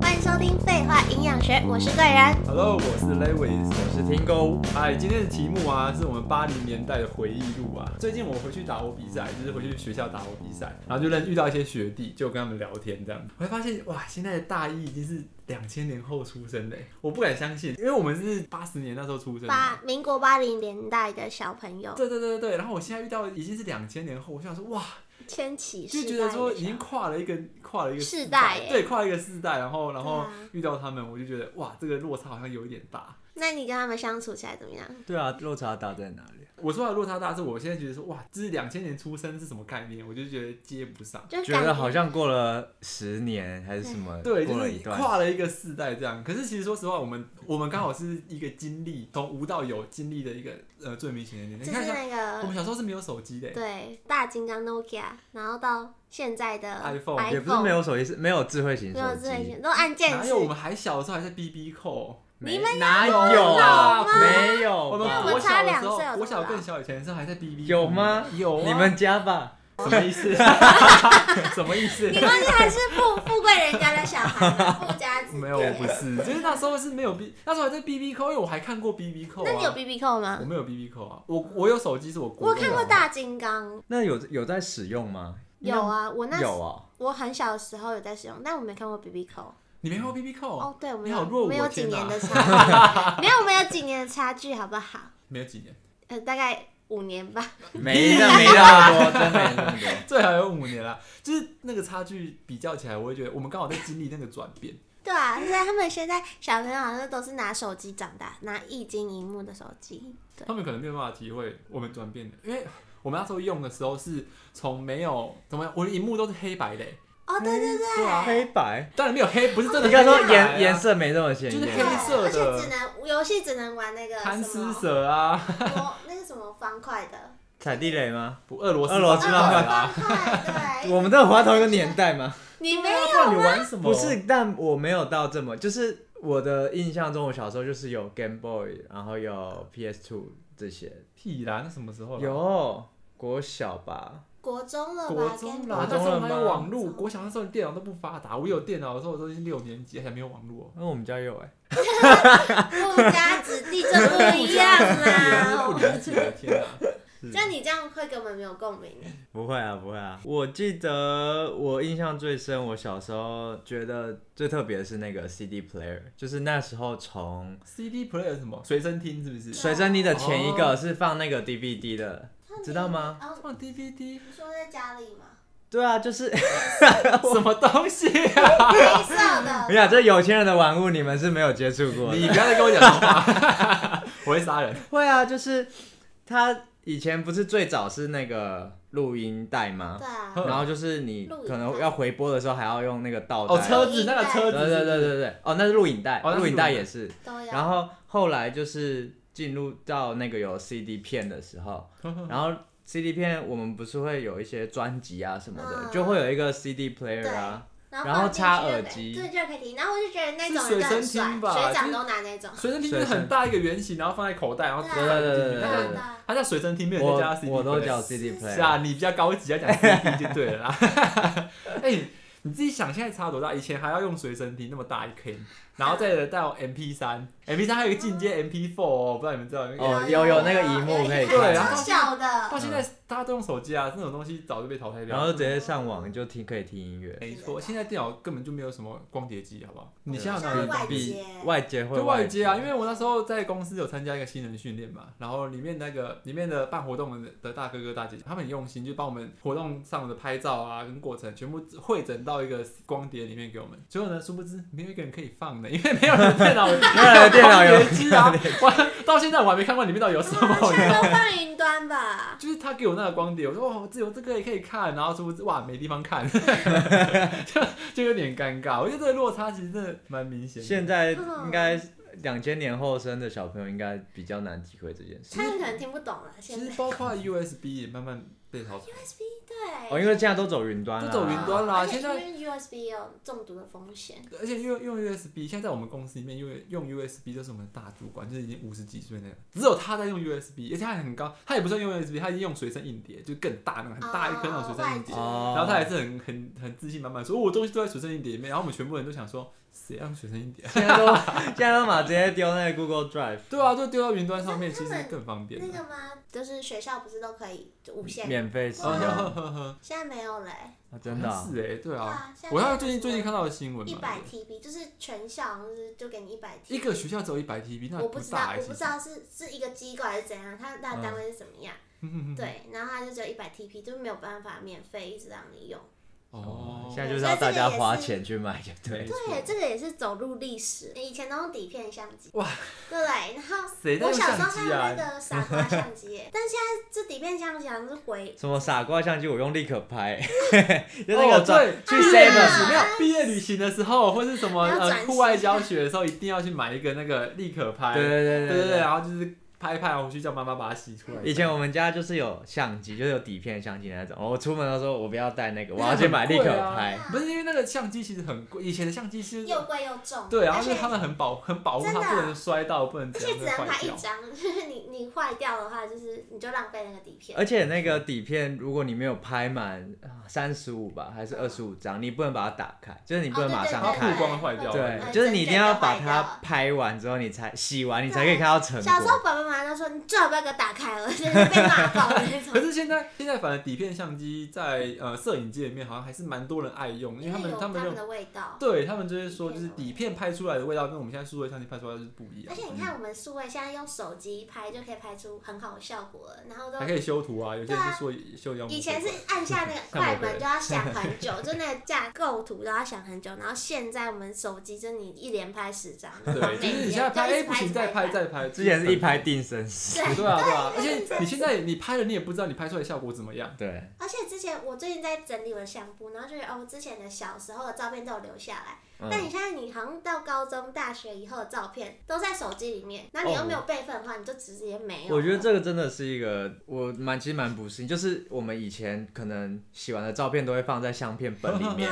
欢迎收听《废话营养学》，我是贵人。 Hello，我是 Lewis，我是听沟。哎，今天的题目啊，是我们八零年代的回忆录啊。最近我回去打我比赛，就是回去学校打我比赛，然后就认遇到一些学弟，就跟他们聊天这样。我才发现，哇，现在的大一已经是两千年后出生嘞，我不敢相信，因为我们是八十年那时候出生的嘛。八民国八零年代的小朋友，对对对对对，然后我现在遇到已经是两千年后，我想说哇，千禧就世代觉的得说已小经跨了一个跨了一个世代耶对，跨了一个世代，然后然后对啊遇到他们，我就觉得哇，这个落差好像有一点大。那你跟他们相处起来怎么样？对啊，落差大在哪里？我说的落差大是，我现在觉得说哇，这是两千年出生是什么概念？我就觉得接不上。就觉得好像过了十年还是什么，对，过就了是一段。跨了一个世代这样。可是其实说实话，我们我们刚好是一个经历从无到有经历的一个呃最明显的年就龄。你是看一下，那我们个小时候是没有手机的，对大金刚 Nokia，然后到现在的 iPhone，也不是没有手机，是没有智慧型没有手智慧型机。都按键哪式有？。我们还小的时候还在 BB 扣。你们哪有有啦啊？吗没有我们吧，我国小差的两时候岁有，这国么小大更小以前的时候还在 BB 有吗有啊，你们家吧？什么意 思？什么意思？你忘记还是富 富贵人家的小孩了，富家子弟没有，我不 是，就是那时候是没有 B，那时候还在 BB 扣，因为我还看过 BB 扣、啊。那你有 B B 扣我吗？没有 BB 扣啊，我我有手机是我国我中的啊看过大金刚，那有有在使用吗？有啊，我那有啊，我很小的时候有在使用，但我没看过 B B 扣。你没看过 BB 扣哦，对，我们你好有弱我们我有天几年哪 的差距，没有我们有几年的差距，好不好？没有几年，呃，大概五年吧。啊没那没那么多，真没那么多。最好有五年啦。就是那个差距比较起来，我会觉得我们刚好在经历那个转变。对啊，所以他们现在小朋友好像都是拿手机长大，拿液晶荧幕的手机。对，他们可能没有办法体会我们转变的，因为我们那时候用的时候是从没有怎么样，我的荧幕都是黑白的欸、哦，对对对， 啊黑白，当然没有黑，不是真的你黑白刚啊、说颜颜色没这么鲜就是对，黑艳，色而且的只能游戏只能玩那个贪什吃么蛇啊，魔那个什么方块的，踩地雷吗？不俄罗斯俄罗啊斯方方块块啊，方块对。我们都有活同一个年代吗？你没对啊有不然你玩什么？不是，但我没有到这么，就是我的印象中，我小时候就是有 Game Boy，然后有 PS Two 这些。屁啦，那什么时候啦？啊有啊国小吧？国中了吧？国中啦，国啊那中时候了还吗有网络。国小那时候电脑都不发达，我有电脑的时候我都已经六年级，还没有网哦络。那我们家有哎、跟富家子弟就不一样 不啦。理解，天哪！就你这样会根本没有共鸣。不会啊，不会啊。我记得我印象最深，我小时候觉得最特别的是那个 CD player，就是那时候从 CD player 是什么随身听是不是？水蒸妮的前一个是放那个 DVD 的，知道吗？哦，放 DVD 你说在家里吗？对啊，就是 什么东西啊？黑色的 我。想这有钱人的玩物，你们是没有接触过的。你不要再跟我讲这种话， 我会杀人。会啊，就是他以前不是最早是那个录音带吗对？啊，嗯然后就是你录影可能带要回播的时候还要用那个倒带。哦，车子那个车对子，对对对对，哦，那是录影带哦那，是录录影影带带也是。都要。然后后来就是进入到那个有 CD 片的 时候，对，然后 CD 片我们不是会有一些专辑啊什么嗯的，就会有一个 CD player 啊。然然后放进去插就可以耳机对，就可以听。然后我就觉得那种是人随就很身听吧帅，学就是长都拿那种。随身听就是很大一个圆形，然后放在口袋，然后对直啊接放进去对对对它叫对对它叫随身听，没有人家我 CD，我都叫 player CD 是啊， player，你比较高级，要讲 CD 就对了 啦。哎、你自己想现在差多大？以前还要用随身听那么大一坑，然后再到 MP 三，MP 三还有一个进阶 MP four 哦，不知道你们知道没？哦有有那个荧幕可以有有看超小的。到现在大家都用手机啊，这种东西早就被淘汰掉然了。后直接上网就听可以听音乐，没错，现在电脑根本就没有什么光碟机，好不好？你现在像哪里外比接，外接会对外接啊，因为为我那时候在公司有参加一个新人训练嘛，然后里面那个里面的办活动的的大哥哥大姐姐，他们很用心，就把我们活动上的拍照啊跟过程全部汇整到一个光碟里面给我们。结果呢，殊不知没有一个人可以放的，因 为没有人的电脑没有的电脑有光碟机啊，我到现在我还没看过里面到底有什么。嗯现在 都放云端吧。就是他给我那个光碟，我说哇，我只有这个也可以看，啊然后殊不知哇没地方看， 就就有点尴尬。我觉得这个落差其实真的蛮明显的。现在应该嗯两千年后生的小朋友应该比较难体会这件事。他们可能听不懂了，其现实在。包括 USB 也慢慢被淘汰， USB 对，哦，因为现在都走云端了，都走云端啦而且现在因为 USB 也有中毒的风险，而且用用 USB，现在在我们公司里面用用 USB 就是我们的大主管，就是已经五十几岁那个，只有他在用 USB，而且他还很高，他也不算用 USB，他已经用随身硬碟，就更大那种很大一颗那种随身硬碟。哦，然后他还是很很很自信满满说，哦我东西都在随身硬碟里面。然后我们全部人都想说，谁让随身硬碟？现在都 现在都把直接丢那个 Google Drive，对啊，就丢到云端上面，那其他实们更方便那个啊。吗？就是学校不是都可以就无线，免费使用，哇啊呵 呵呵，现在没有嘞、真的啊，是哎，对啊。啊，现在我看最近最近看到的新闻一嘛百，TB 就是全校好像是就给你一百 TB，一个学校只有一百 TB，那我不知道大哎，我其不知实。道是是一个机构还是怎样，它它的单位是怎么样？ 嗯对，然后它就只有一百 TB，就没有办法免费一直让你用。 哦，现在就是要大家花钱去买就对没了。错对，这个也是走入历史，以前都用底片相机。哇，对，然后谁在我用小时候相还机有那啊？ 个傻瓜相机耶，但现在这底片相机好像是回什么傻瓜相机，我用立可 拍，就哦，那个转、对去毕业 Seven 旅没有毕业旅行的时候，或是什么啊要转呃型户外教学的时候，一定要去买一个那个立可拍，对对对对对对，然后就是拍一拍，然后回去叫妈妈把它洗出来。以前我们家就是有相机，就是有底片相机那种。我出门的时候我不要带那个，我要去买立可拍。啊不是因为那个相机其实很贵，以前的相机是又贵又重，嗯对，然后而就是且他们很保很保护真的啊它，不能摔到，不能而怎且样只会能坏拍一掉。张，就是你你坏掉的话，就是你就浪费那个底片。而且那个底片，如果你没有拍满三十五吧，还是二十五张，你不能把它打开，就是你不能马上哦对对对看对。曝光坏掉对嗯就是你一定要把整卷就坏它拍完之后，你才洗完，你才可以看到成掉小时果。候爸爸妈妈都说你最好不要给我打开了， 真的被骂爆的那可种。是现在现在反而底片相机在呃摄影界里面好像还是蛮多人爱用， 因为他因为们有他们认的味道，对他们就是说就是底片的味底片拍出来的味道跟我们现在数位相机拍出来的是不一而，样且你看我们数位现在用手机拍就可以拍出很好的效果了，然后都还可以修图啊，有些人对啊是说修妖魔鬼怪。以前是按下 那个快门就要想很久，就那个架构图都要想很久，然后现在我们手机就你一连拍十张，对，就是你现在拍，哎、每天不行，再拍拍，再拍。之前是一拍定生死。对啊，对啊，而且你现在你拍了，你也不知道你拍出来的效果怎么样。对，而且之前我最近在整理我的相簿，然后就是哦，之前的小时候的照片都有留下来。嗯但你现在你好像到高中、大学以后的照片都在手机里面，那你又没有备份的话，你就直接没有了。哦我觉得这个真的是一个我蛮其实蛮不幸，就是我们以前可能洗完的照片都会放在相片本里对 面，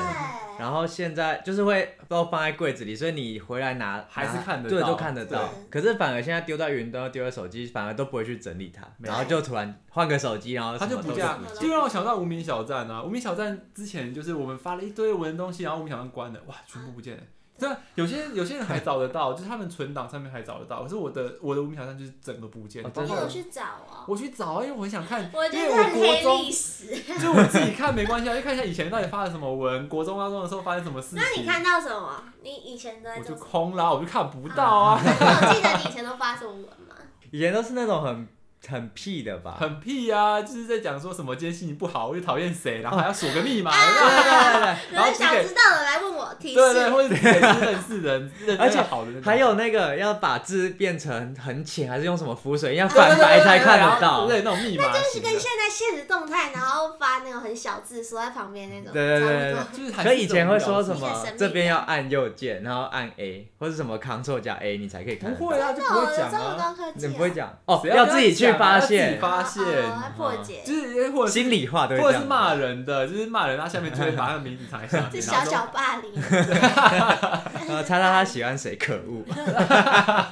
然后现在就是会都放在柜子里，所以你回来拿还是拿看得对，到都看得到。可是反而现在丢在云端、丢在手机，反而都不会去整理它，没错然后就突然换个手机，然后它啊什就么不都这样加是什么，都就让我想到无名小站啊。无名小站之前就是我们发了一堆文东西，然后无名小站关了，哇，全部不见了。对啊，有些有些人还找得到，就是他们存档上面还找得到，可是我的我的无名小站就是整个不见了。哦包你括真的有我去找哦。我去找啊，因为我很想看，我因觉为得我很国黑中历史。 就我自己看没关系啊，就看一下以前到底发了什么文，国中高中的时候发生什么事情。那你看到什么？你以前都在我做就什 么？空啦，我就看不到啊，那我记得你以前都发什么文吗？ 以前都是那种很很屁的 吧。很屁啊，就是在讲说什么今天心情不好，我就讨厌谁，然后哦还要锁个密码，对对对对如然后果寄想给知道的来问我提示。对对，或者是给认识人，认而且好的那种，还有那个要把字变成很浅，还是用什么浮水要对对反白对才看对得对到。对那种密码就是型的跟现在现实动态，然后发那种很小字缩在旁边那种。对对对对差不多对就是还是可以前会说什一种么神啊秘感这边要按右键，然后按 A 或是什么 Ctrl 加 A 你才可以看不得会到。啊，就真不的，我会有讲这么啊，高科技、你啊，不会讲哦，谁跟要自他己去讲啊发要自己现，发哦现，来破解。就是或者是心里话都会或者这是样。骂人的，就是骂人，他下面就会把他的名字藏在啊下面， 这然小后说小霸凌， 呃，猜到他喜欢谁，可恶。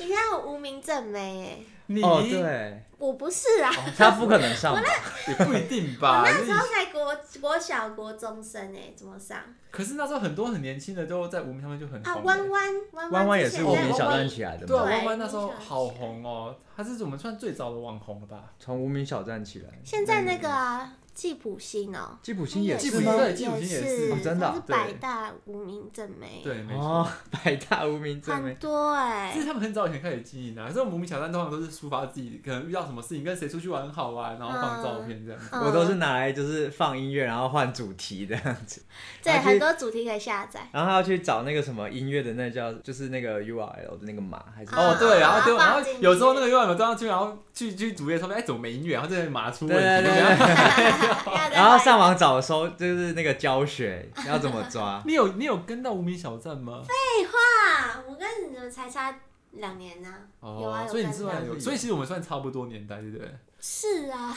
你看我无名正妹哎，你哦，对，我不是啊，他不可能上榜。也不一定 吧。那就是时候才国国小国中生哎，怎么上可是那时候很多很年轻的都在无名上面就很啊？红欸弯弯弯弯弯也之是前无在名小网站易起来的对啊，嘛，对弯弯那时候我想起来好红哦，他是我们算最早的网红了吧？从无名小站起来。现在那个啊，季普星哦，嗯吉普星也季是普星吗？对季普也星也是，是哦真的啊他是对百大无名正妹，，对，没错哦。， 百大无名正很妹。多哎、其实他们很早以前开始经营啊，可是我们无名小站通常都是抒发自己可能遇到什么事情，跟谁出去玩好玩，然后放照片这样。嗯我都是拿来就是放音乐，然后换主题的 样子，对拿去很多主题可以下载。然后还要去找那个什么音乐的那叫就是那个 URL 的那个码还是哦，对，然啊后就把它然后嗯放进去有时候那个 U 有端上去，然后去去主页上面，哎，怎么没音乐？然后在那里码出问对题。对然后，对，然然后上网找搜就是那个教学要怎么抓 你有你有跟到无名小站吗？废话，我跟你们才差两年呢、有啊哦，有所以你跟之外上有，所以其实我们算差不多年代，对不对？ 是啊，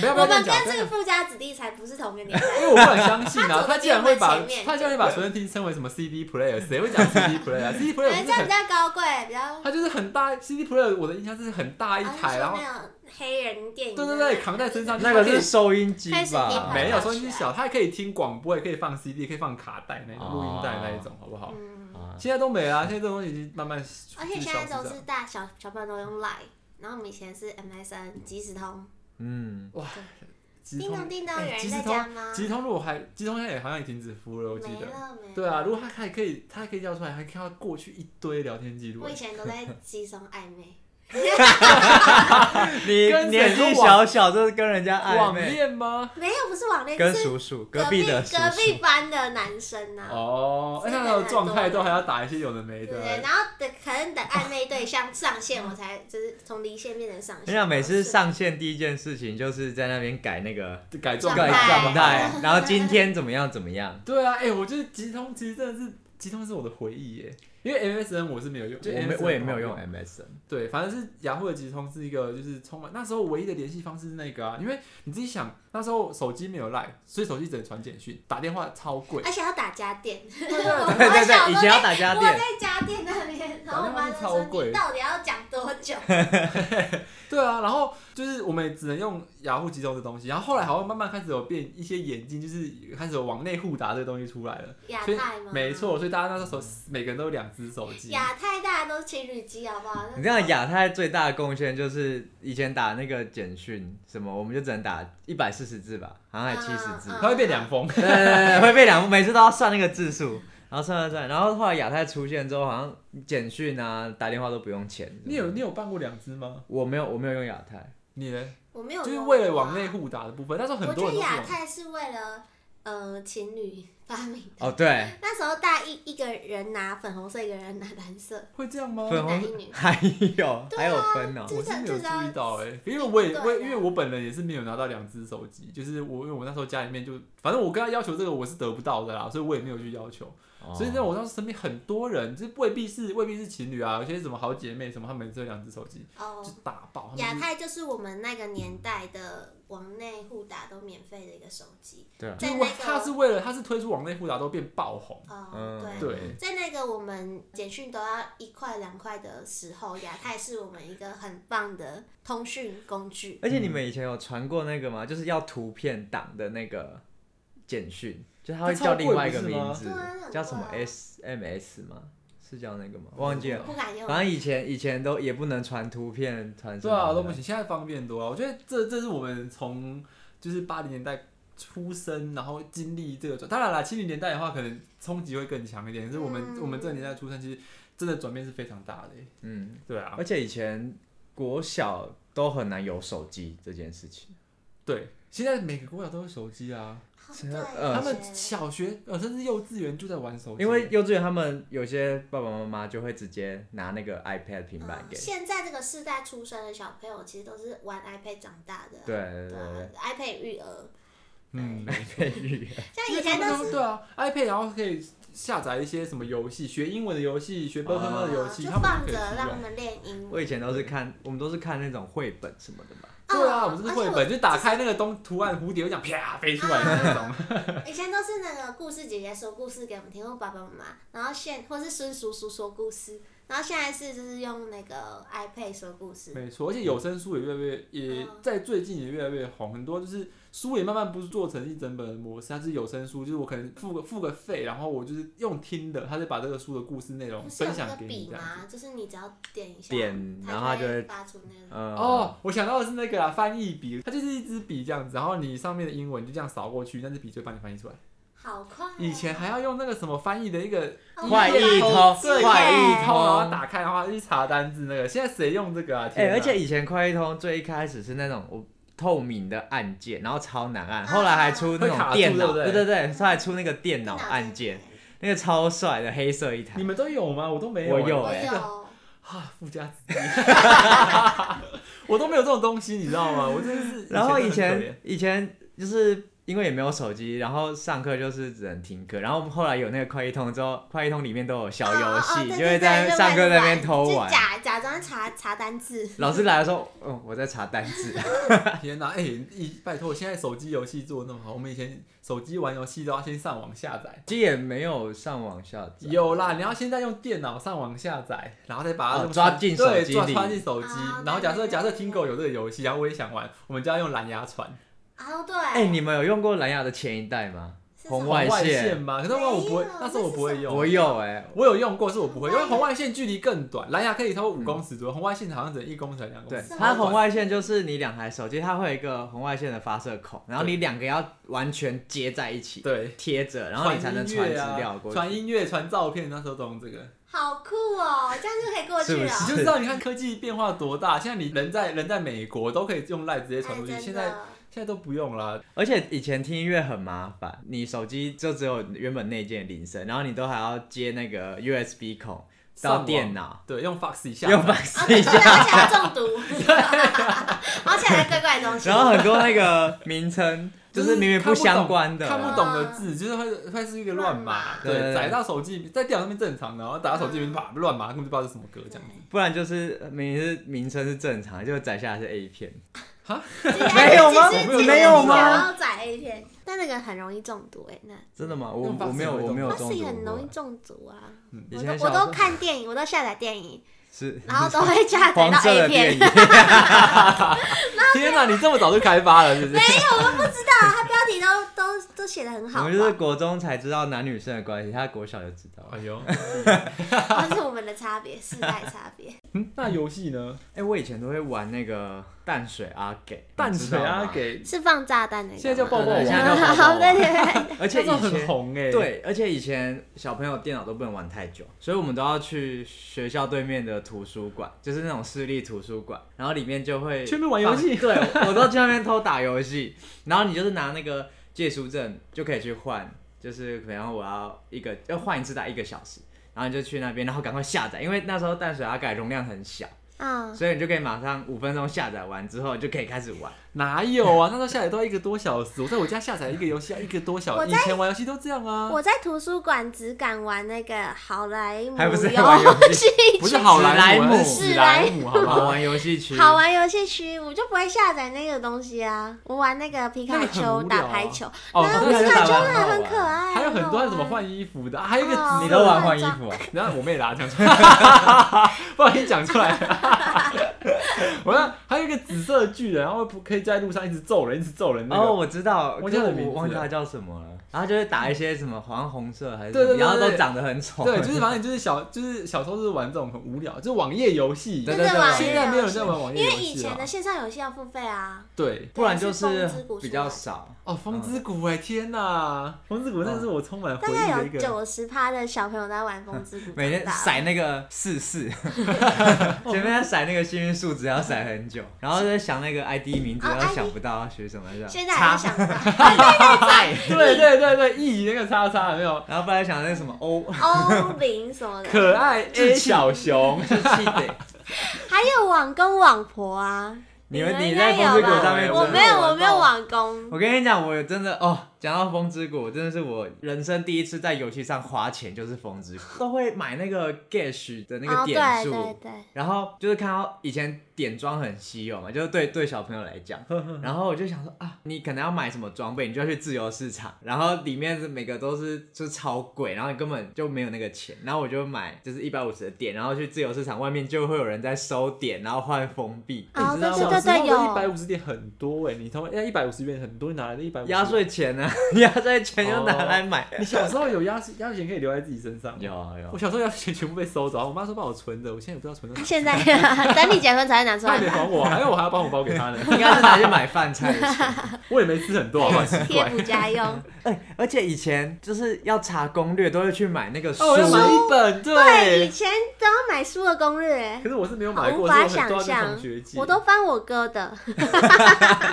不要不我要这们样讲跟，真这的个富家子弟才不是同一个年代。因为我不敢相信啊，他走得他比竟然会我把们前面他竟然会把随身听称为什么 CD player，谁会讲 CD player 啊？CD 可 player 能这样不是比很，较高贵，比较它就是很大 CD player，我的印象是很大一台，然好后像啊是那种黑人电影，对对对，扛在身上，那个就是收音机开始地吧？盘没有，收收音音机机小小，它还可以听广播，也可以放 CD，可以放卡带那种录音带那一种，好不好？嗯，啊现在都没啦、现在这种东西已经慢慢就是消而失且掉现了，在都是大小小朋友都用 Line，然后我们以前是 MSN 即时通，嗯，即叮通咚叮咚，有哎人即在时家通，吗？即时通如果还即时通现在也好像也停止服务了，我记没得。了没了。对啊，如果它还可以，它还可以叫出来，还可以看到过去一堆聊天记录我以，前都 在即时通暧昧，你跟谁年纪小小就是跟人家暧网昧，恋吗？没有不是网恋，跟哎是叔叔隔隔壁的叔隔壁 叔，班的男生呐、哦，啊这哎，个他的很状态多都还要打一些有的没啊对的不，对？然后等可能等暧昧对象上线，我才就是从离线变成上线。你想每次上线第一件事情就是在那边改那个改状状改态 状态，然后今天怎么样怎么样，对啊，哎、我觉得即通其实真的是即通是我的回忆耶，因为 MSN 我是没有用，我就没 MSN 我也没有不好用 MSN，对，反正是雅虎的即时通是一个，就是充满那时候唯一的联系方式是那个啊，因为你自己想，那时候手机没有 Line，所以手机只能传简讯，打电话超贵。而且要打家 电，对对对 我对对小对，时以候前要打家我电，在家电那边，然后我妈就打电说话是超贵你到底要讲多 久？对啊，然后就是我们也只能用雅虎即时通的东西，然后后来好像慢慢开始有变一些演进，就是开始有往内互打这个东西出来了。亚所以太吗？没。错，所以大家那时候每个人都有两只手机。亚太大家都是情侣机，好不好？你知道亚太最大的贡献就是以前打那个简讯什么，我们就只能打一百四十字吧，好像还七十字，嗯它会变两封， 对对对对会被两，每次都要算那个字数，然后算算算，然后后来亚太出现之后，好像简讯啊打电话都不用钱。你有你有办过两只吗？我没有我没有用亚太，你呢？我没有就是用为了过啊往内互打的部分，那时候我很觉多得人都是亚往太是为了呃情侣发明的。哦对，那时候大一一个人拿粉红色，一个人拿蓝色，会这样吗？粉哦男红一女啊还有还有分哦，这我是没有注意到哎、因为这我也对我也啊因为我本人也是没有拿到两只手机，就是我因为我那时候家里面就反正我跟他要求这个我是得不到的啦，所以我也没有去要求。所以呢，哦我当时身边很多人就是未必是未必是情侣啊，有些什么好姐妹什么，她们只有两只手机就哦。打爆。他亚们就是太就是我们那个年代的往内互打都免费的一个手机，对啊，在就是那我个他是为了他是推出往内互打都变爆红，哦，嗯对。对在那个我们简讯都要一块两块的时候，亚太是我们一个很棒的通讯工具。而且你们以前有传过那个吗？就是要图片档的那个简讯，就他会叫另外一个名字那超贵不是吗，叫什么对啊 SMS 吗？是叫那个吗？忘记了。不敢用，反正以前以前都也不能传图片，传什对么啊的都不行。现在方便多啊了，我觉得这这是我们从就是八零年代。出生，然后经历这个转，当然啦，七零年代的话，可能冲击会更强一点。可是我们、嗯我们这个年代出生，其实真的转变是非常大的耶、嗯，对啊，而且以前国小都很难有手机这件事情。对，现在每个国小都有手机啊，好只哦对要耶，呃他们小学呃甚至幼稚园就在玩手机，因为幼稚园他们有些爸爸妈妈就会直接拿那个 iPad 平板嗯给，现在这个世代出生的小朋友，其实都是玩 iPad 长大的啊、对对对啊对，iPad 育儿，嗯，对，配乐像因以为他前们都都对啊，iPad 然后可以下载一些什么游戏，学英文的游戏，学 b u r b 啊的游哦戏，就他们放都可以啊着去让他用。们练英我文。以前都是看，我们都是看那种绘本什么的吧。对啊，我们哦这是而且啊绘本，就打开那个东图案，蝴蝶就这样啪飞出来的那种。 以前都是那个故事姐姐说故事给我们听，或爸爸妈妈，然后现或是孙叔叔说故事，然后现在是就是用那个 iPad 说故事。没错，而且有声书也越来越，也嗯在最近也越来越红，很多就是书也慢慢不是做成一整本的模式，它是有声书，就是我可能付个付个费，然后我就是用听的，他就把这个书的故事内容不是有分那个享给你笔这样子。吗？就是你只要点一下，点然后它它就会发出那个。嗯，哦，我想到的是那个啦，翻译笔，它就是一支笔这样子，然后你上面的英文就这样扫过去，那支笔就会帮你翻译出来。好快哦、以前还要用那个什么翻译的一个哦快我译懂通，对快然译通，后打开，然后去查单字那个，现在谁用这个啊？哎、天哪而且以前快易通最一开始是那种我透明的按键，然后超难按，后来还出那啊会卡种住电脑，对不对对对对，后来出那个电电脑脑按键，键那个超帅的黑色一台你。们都有吗？我都没有欸，我有我哎有。啊，附加值， 我都没有这种东西，你知道吗？我真的是，然后真以的很可前以前就是因为也没有手机，然后上课就是只能听课，然后后来有那个快一通之后，快一通里面都有小游啊戏，哦哦对就会在对对上课那就边玩偷就玩。假假装查查单字。老师来的时候，嗯，我在查单字，天哪、哎、一拜托，现在手机游戏做的那么好，我们以前手机玩游戏都要先上网下载。其实也没有上网下载。有啦，你要现在用电脑上网下载，然后再把它哦用抓进手对机抓里抓进手机哦。然后假设对对对假设听狗有这个游戏，然后我也想玩，我们就要用蓝牙传哦，对，哎、你们有用过蓝牙的前一代吗？是红什么外红外线线吧。可是我不会没有，那时候我不会那是什用。么我有哎、我有用过，是我不会，因为红外红外线距离更短，蓝牙可以超过五公尺左右，红外线好像只能一公尺、两公对尺。，什么它红外线就是你两台手机，它会有一个红外线的发射孔，然后你两个要完全接在一起，对，贴着，然后你才能传传音资乐啊料过去。传音乐、传照片，那时候都用这 个。好酷哦，这样就可以过去是不了。是你就知道，你看科技变化多大。现在你人在人在美国都可以用 Line 直接传出去，哎真现在 的现在都不用啦。而且以前听音乐很麻烦，你手机就只有原本内建铃声，然后你都还要接那个 USB 孔上到网电脑，对，用 Foxy 下载用 fax 对， 一下。而且还中 毒，而且还怪怪的东西。然后很多那个名称就是明明不相关看不的，懂的字，就是会会是一个乱乱码，码对，对载到手机在电脑上面正常，然后打到手机里面啪乱码，根本就不知道是什么歌这样子。不然就是明明是名称是正常，就载下来是 A 片。 没有吗没有吗然后载 A 片，但那个很容易中毒哎，那真的吗？我用 fax 我没有会我没有那中是毒很容易过。中毒啊。以我前都小我时候都看电影，我都下载电影，是 然后都会下载黄到色 A 的片电。影， 天哪，你这么早就开发了，是不是？没有，我们不知道，啊它标题都都都写的很我好吧，们就是国中才知道男女生的关系，他国小就知道。哎呦， 这是我们的差别，世代差别。嗯 那游戏 呢？哎、我以前都会玩那个淡水阿给，淡水你知道啊吗，给是放炸弹的，现在叫爆爆对王，对现在叫爆 爆好，王对对 对，而且以那时候很前红哎。，对，而且以前小朋友电脑都不能玩太久，所以我们都要去学校对面的图书馆，就是那种私立图书馆，然后里面就会去那边玩游戏放对，我我都去那边偷打游戏，然后你就是拿那个借书证就可以去换，就是可能我要一个要换一次打一个小时，然后你就去那边，然后赶快下载，因为那时候淡水阿改容量很小，嗯，所以你就可以马上五分钟下载完之后就可以开始玩。哪有啊？那时候下载都要一个多小时，我在我家下载一个游戏要一个多小我时。以前玩游戏都这样啊，我在图书馆只敢玩那个好莱坞还不是在玩游戏不是好莱啊史莱姆史莱姆，好不好好？玩游戏 区，好玩游戏区，我就不会下载那个东西啊。我玩那个皮卡那个丘很无聊啊打排球，哦，然后那皮个对卡丘打完那很可好爱，还有很多好玩什么换衣服的，啊还有一个哦纸你都玩换衣服啊？然后我妹啦，讲出来， 不小心讲出来了。我那还有一个紫色巨人，然后不可以在路上一直揍人，一直揍人那哦，个。我知道，我我记得我名字我忘记它叫什么了。然后就是打一些什么好像红色还是什对么，对对然后对都长得很丑。对，就是反正就是小，就是小时候就是玩这种很无聊，就是网页游戏。对真对的对吗？现在没有人在玩网页因游为戏了。以前的线上游戏要付费啊。对 不然就对是是风之谷比较少。，哦，风之谷哎，天哪，风之谷那是我充满大回忆概的一有个。九十趴的小朋友在玩风之谷每天啊长大甩那个 四四，前面在甩那个幸运数值要甩很久，然后在想那个 ID 名字，哦然后 ID 想不到要学什么，是吧现在还是叉想不到。 对对对对，意那个叉叉有没有？然后不然想那个什么 O，欧零什么的，可爱 A 小 熊，是气的。还有网公网婆啊。你们们你应在该风之谷有吧上面，我没有，我没有网。网公。我跟你讲，我真的哦，讲到风之谷，真的是我人生第一次在游戏上花钱，就是风之谷，都会买那个 Gash 的那哦，个对点数，对对，然后就是看到以前点装很稀有嘛，就是对对小朋友来 讲，然后我就想说啊，你可能要买什么装备，你就要去自由市场，然后里面是每个都是就是超贵，然后你根本就没有那个钱，然后我就买就是一百五十的点，然后去自由市场外面就会有人在收点，然后换封闭，哦你知道对吗？对对对有一百五十点很多哎，你他妈要一百五十元很多，你哪来的一百五？压岁钱呢、 压岁钱就拿来买，你小时候有压岁压岁钱可以留在自己身上吗？有啊有我小时候压岁钱全部被收走，我妈说帮我存着，我现在也不知 道存到哪，现在等你结婚才会拿出她来也没还我，还有我还要帮我包给她 呢，应该是拿去买饭菜的 钱。我也没吃很多，好不好奇贴怪。补家用。哎、而且以前就是要查攻略，都会去买那个书。哦，我要买一本，对，以对。前都要买书的攻略，可是我是没有买过，无所以法我很想多要跟象同学借。我都翻我哥的。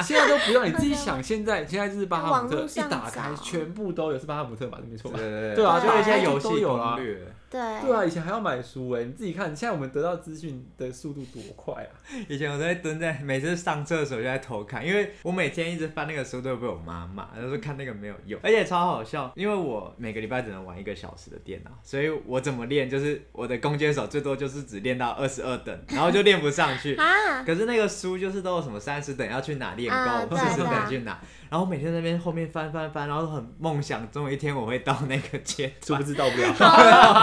现在都不用，你自己 想，现在现在就是巴哈姆网特络上一打开，找全部都有，是巴哈姆特吧？没错吧？对对对啊就有一对啊些游都戏有啊攻略。对对啊，以前还要买书哎，你自己看，现在我们得到资讯的速度多快啊！以前我都会蹲在，每次上厕所就在偷看，因为我每天一直翻那个书都会被我妈骂，她说看那个没有用，而且超好笑，因为我每个礼拜只能玩一个小时的电脑，所以我怎么练就是我的弓箭手最多就是只练到二十二等，然后就练不上 去。啊，可是那个书就是都有什么三十等要去哪练啊高，对四十、对等去哪，然后每天在那边后面翻翻翻，然后很梦想，总有一天我会到那个阶殊段不，知到不了。到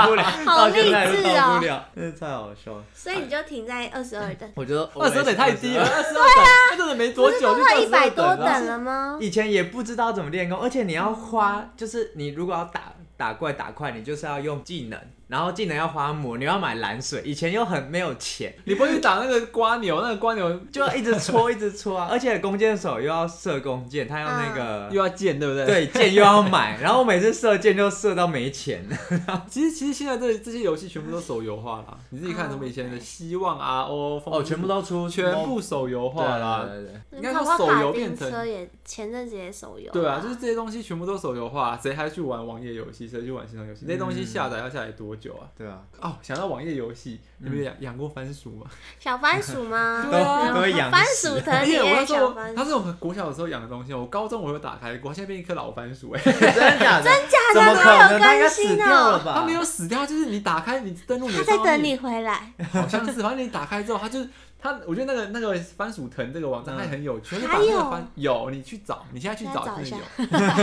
不好了，到励现在都志到哦不了，真的太好笑了。所以你就停在二十二等，我觉得 二十二等太低了，二十二等，啊二十二等没不多是久都就到一百100多等等了。了吗？以前也不知道怎么练功，而且你要花，就是你如果要打打怪打怪，你就是要用技能，然后技能要花魔，你要买蓝水。以前又很没有钱，你不会去打那个瓜牛，那个瓜牛就要一直搓一直搓 啊！而且弓箭手又要射弓箭，他要那啊个、又要剑，对不对？。 对箭又要买，然后我每次射箭就射到没 钱。其实其实现在这这些游戏全部都手游化了，你自己看什么哦以前的希望 RO 风之哦都出全部手游化啦。对对对应该搞说不好手卡游丁变成车也前阵子也手游，对啊，就是这些东西全部都手游化，谁还去玩网页游戏？谁去玩线上游戏？那些东西嗯下载要下载多久啊？对啊！哦，想到网页游戏，你们养养过番薯吗？小番薯吗？对啊嗯都会养番死薯而藤且我也那时小候番，薯它，是我们国小的时候养的东西，我高中我有打开过，现在变一颗老番薯哎、真的假的？真假的怎么可哪有能？他应该更新死掉哦了吧？它没有死掉，就是你打开你登录你他的在账号等你，回来，好像是，反正你打开之后，它就是它，我觉得那个那个番薯藤这个网站嗯它也很有趣，你还把那有个番有你去找，你现在去现在找找一真下的有，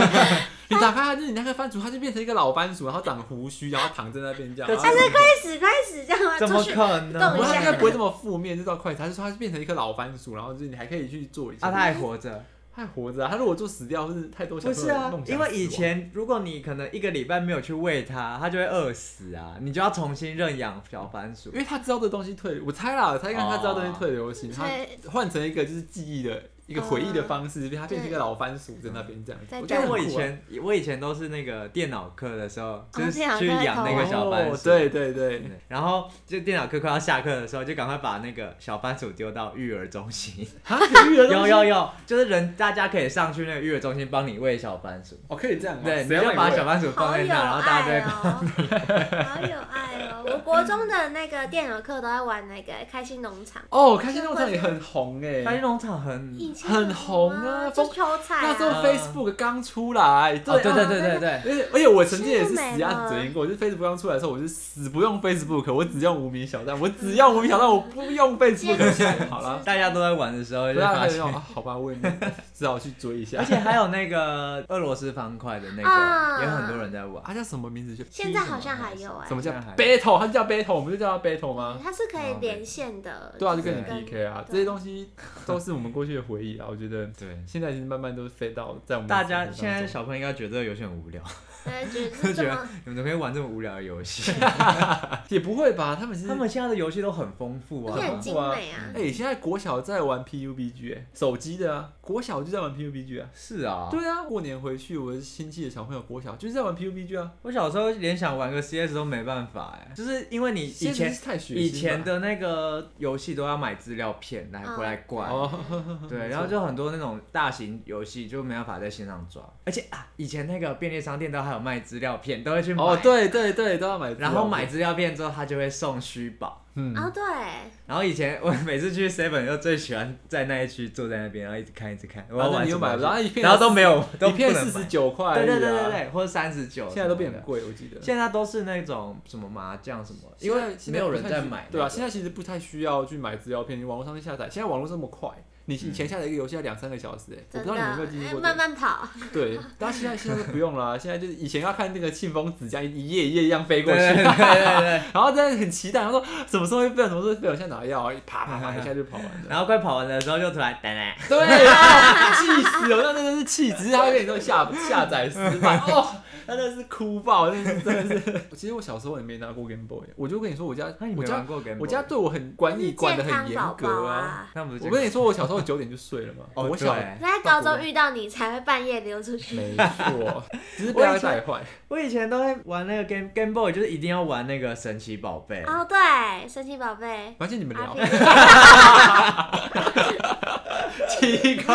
你打开它就是你那个番薯，它就变成一个老番薯，然后长胡须，然后躺在那边这样，但然后是开始开始这样吗？怎么出去可动不一是，下他能？应该不会这么负面，就到快餐，是说他变成一颗老番薯，然后就是你还可以去做一下。啊，他还活着。他还活着啊！他如果做死掉，或是太多小不朋友是的啊梦想，因为以死亡前如果你可能一个礼拜没有去喂它，它就会饿死啊，你就要重新认养小番薯因。为他知道这东西退，我猜啦，他应该他知道这东西退流行，他对换成一个就是记忆的一个回忆的方式，他变成一个老番薯在那边这样子对。我觉因得为很我以酷啊前我以前都是那个电脑课的时候，就是电脑课去养那个小番哦薯。对对 对，对。 然后就电脑课快要下课的时候，就赶快把那个小番薯丢到育儿中心。 啊，有育儿东有 西有有，就是人大家可以上去那个育儿中心帮你喂小番薯。哦，可以这样啊，对，你谁要就把小帮番薯放好在有那，然后大家就爱会哦， 好有爱哦！我国中的那个电脑课都在玩那个开心农场，你喂哦，开心农场也很红发现哎，农场很以前很红啊就风秋菜那时候啊，嗯 Facebook 刚出来，哦，对对啊对对对对。而且而且我曾经也是现在都死没鸭了子嘴硬过，就是 Facebook 刚出来的时候，我是死不用 Facebook，我只用无名小站，我只用无名小站，我不用 Facebook，好 了，大家都在玩的时候不就要发太现用，，啊好吧，我也没只好去追一下 而。且还有那个俄罗斯方块的那啊个，也很多人在玩。啊，叫什么名字？就现在好像还有哎什，么叫现在还有 battle？它就叫 battle，我们就叫它 battle 吗？它是可以连线的，对啊，就跟你是 PK 啊，这对些东西都是我们过去的回忆啊。我觉得对，现在已经慢慢都飞到在我们大家现生活在当中小朋友应该觉得这个游戏很无聊，对，觉 就得觉这得么你们怎么可以玩这么无聊的游戏？也不会吧？他们是他们现在的游戏都很丰富而且很啊。精美啊，哎，现在国小在玩 PUBG 哎，手机的啊，国小就在玩 PUBG 啊。是啊，对啊，过年回去，我的亲戚的小朋友国小就是在玩 PUBG 啊，我小时候连想玩个 CS 都没办法哎，就是因为你以现在前是太血腥了以前的那个游戏都要买资料片来嗯回来灌，哦， 对，然后就很多那种大型游戏就没办法在线上抓，而且啊，以前那个便利商店都还有卖资料片，都会去买。哦，对对对，都要买，然后买，资料片之后，他就会送虚宝。嗯，哦对，然后以前我每次去 Seven 就最喜欢在那一区坐在那边，然后一直看一直看，我要然后玩你又什么买不到，游戏，啊一片然后都没有，都一不片能四买十。九块，啊对对对对，对，或者三十九，哦现在都变很。贵，我记得。现在都是那种什么麻将什么，因为现没有人不太在需买那个。对啊，现在其实不太需要去买资料片，你网络上面下载，现在网络这么快，你以嗯前下载一个游戏要两三个小时，哎，我不真知的，道你们有没有经历哎过这慢个。慢跑，对，但现在现在都不用了，现在就是以前要看那个庆丰子这样一页一页一样飞对过去对，对对对。 然 后在很期待，他说什么时候会飞，什么时候会飞，我现在哪要啊？啪啪啪一下就跑完了。然后快跑完的时候就 突然，噔 对啊，气死我！那真的是气，只是他跟你说下下载失败，哦，那真的是哭爆，真的是真的是。其实 我小时候也没拿过 Game Boy，我就跟你说我家噔，你我没玩家过 Game 我家 Boy 对我很管理管的健康很宝严宝格啊。啊。那不我是健跟你说，我小时候九点就睡了嘛，哦我小对在高中遇到你才会半夜溜出去，没错，只是被他带 坏。我以前都会玩那个 Game Game Boy，就是一定要玩那个神奇宝贝。哎哦对，神奇宝贝，而 且你们阿聊飞奇怪，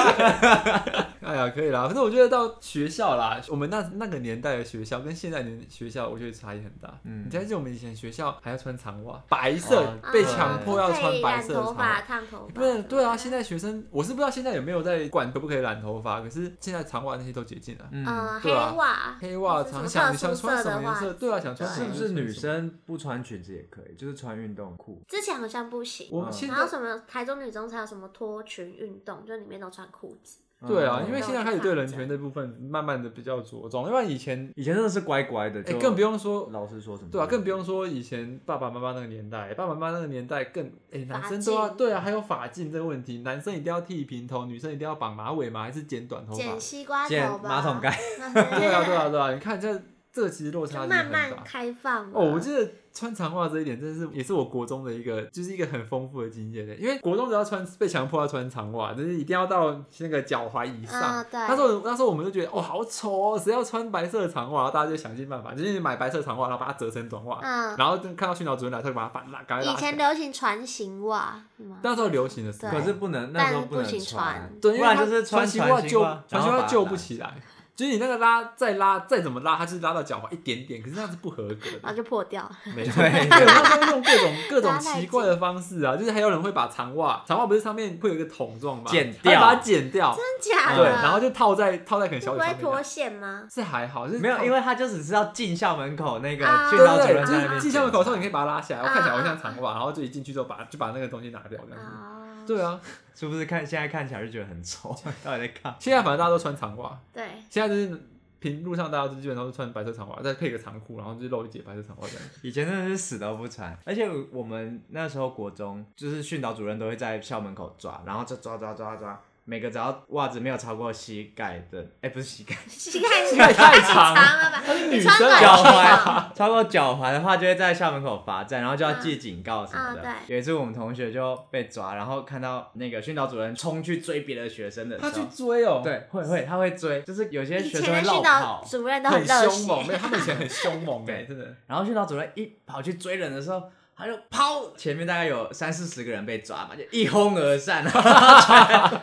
哎呀，可以啦。反正我觉得到学校啦，我们那那个年代的学校跟现在的学校，我觉得差异很大。嗯你还记得我们以前学校还要穿长袜，白色、哦被强迫要嗯可穿以白染色的头长袜发、。烫头发。不是，对啊，现在学生我是不知道现在有没有在管可不可以染头发，可是现在长袜那些都解禁了。嗯，呃黑对啊袜，黑袜长想你想穿什么颜色？对啊，想穿什是么不颜色是女？生不穿裙子也可以，就是穿运动裤？之前好像不行。我嗯现在然后什么台中女中才有什么脱裙运动，就里面都穿裤子。对啊，嗯因为现在开始对人权这部分慢慢的比较着重，要不然以前以前真的是乖乖的，哎就更不用说。老师说什么，对啊，更不用说以前爸爸妈妈那个年代，爸爸妈妈那个年代更哎、男发生都要髻对啊，还有发髻这个问题，男生一定要剃平头，女生一定要绑马尾吗？还是剪短头发剪？西瓜剪头吧，马桶盖， 对啊，对啊，对啊，你看这这个其实落就差真的慢很大慢。开放了。哦，我记得穿长袜这一点真的是也是我国中的一个，就是一个很丰富的经验的。欸因为国中只要穿被强迫要穿长袜，就是一定要到那个脚踝以上。嗯对那时候那时候我们就觉得哦好丑哦，谁要穿白色的长袜？然后大家就想尽办法，就是买白色长袜，然后把它折成短袜，嗯，然后就看到训导主任来，他就把它反拉，赶快以拉起前来。流行船型袜，是吗？那时候流行的时候，可是不能那时候能穿，啊对，因不为然它就是穿穿西船袜型救袜船然西后袜把救它不拉起来。就是你那个拉再拉再怎么拉，它是拉到脚踝一点点，可是那样是不合格的。然后就破掉了。没错，对对，他们用各种各种奇怪的方式啊，就是还有人会把长袜，长袜不是上面会有一个桶状吗？剪他会掉把它剪掉，真假对，的？然后就套在套在可能就小不腿会上面脱的。线吗？是还好，就是 没有，因为为他就只是要进校门口那个啊训对导主对任对，在那就是边进校门口的时候你可以以，把它拉下来，我看起来我像啊长袜，然后就一进去之后把就把那个东西拿掉这样子。哦，对啊，是不是看现在看起来就觉得很丑？ 到底在干嘛？现在反正大家都穿长袜， 对，现在就是平路上大家就基本上都穿白色长袜，再配个长裤，然后就露一截白色长袜这样子。以前真的是死都不穿，而且我们那时候国中就是训导主任都会在校门口抓，然后就抓抓抓抓，每个只要袜子没有超过膝盖的，哎、不是膝盖，膝盖膝盖太长长了吧？女你生穿短脚裙吧踝超过脚踝的话，就会在校门口罚站，然后嗯就要记警告什么的。嗯嗯有一次我们同学就被抓，然后看到那个训导主任冲去追别的学生的时他去候，追哦，，对，会会他会追，就是有些以学前生会的绕训导跑，主任都很热凶血猛，没有，他们以前很凶 猛哎，对真的。然后训导主任一跑去追人的时候，他就抛，前面大概有三四十个人被抓嘛，就一哄而散， 然后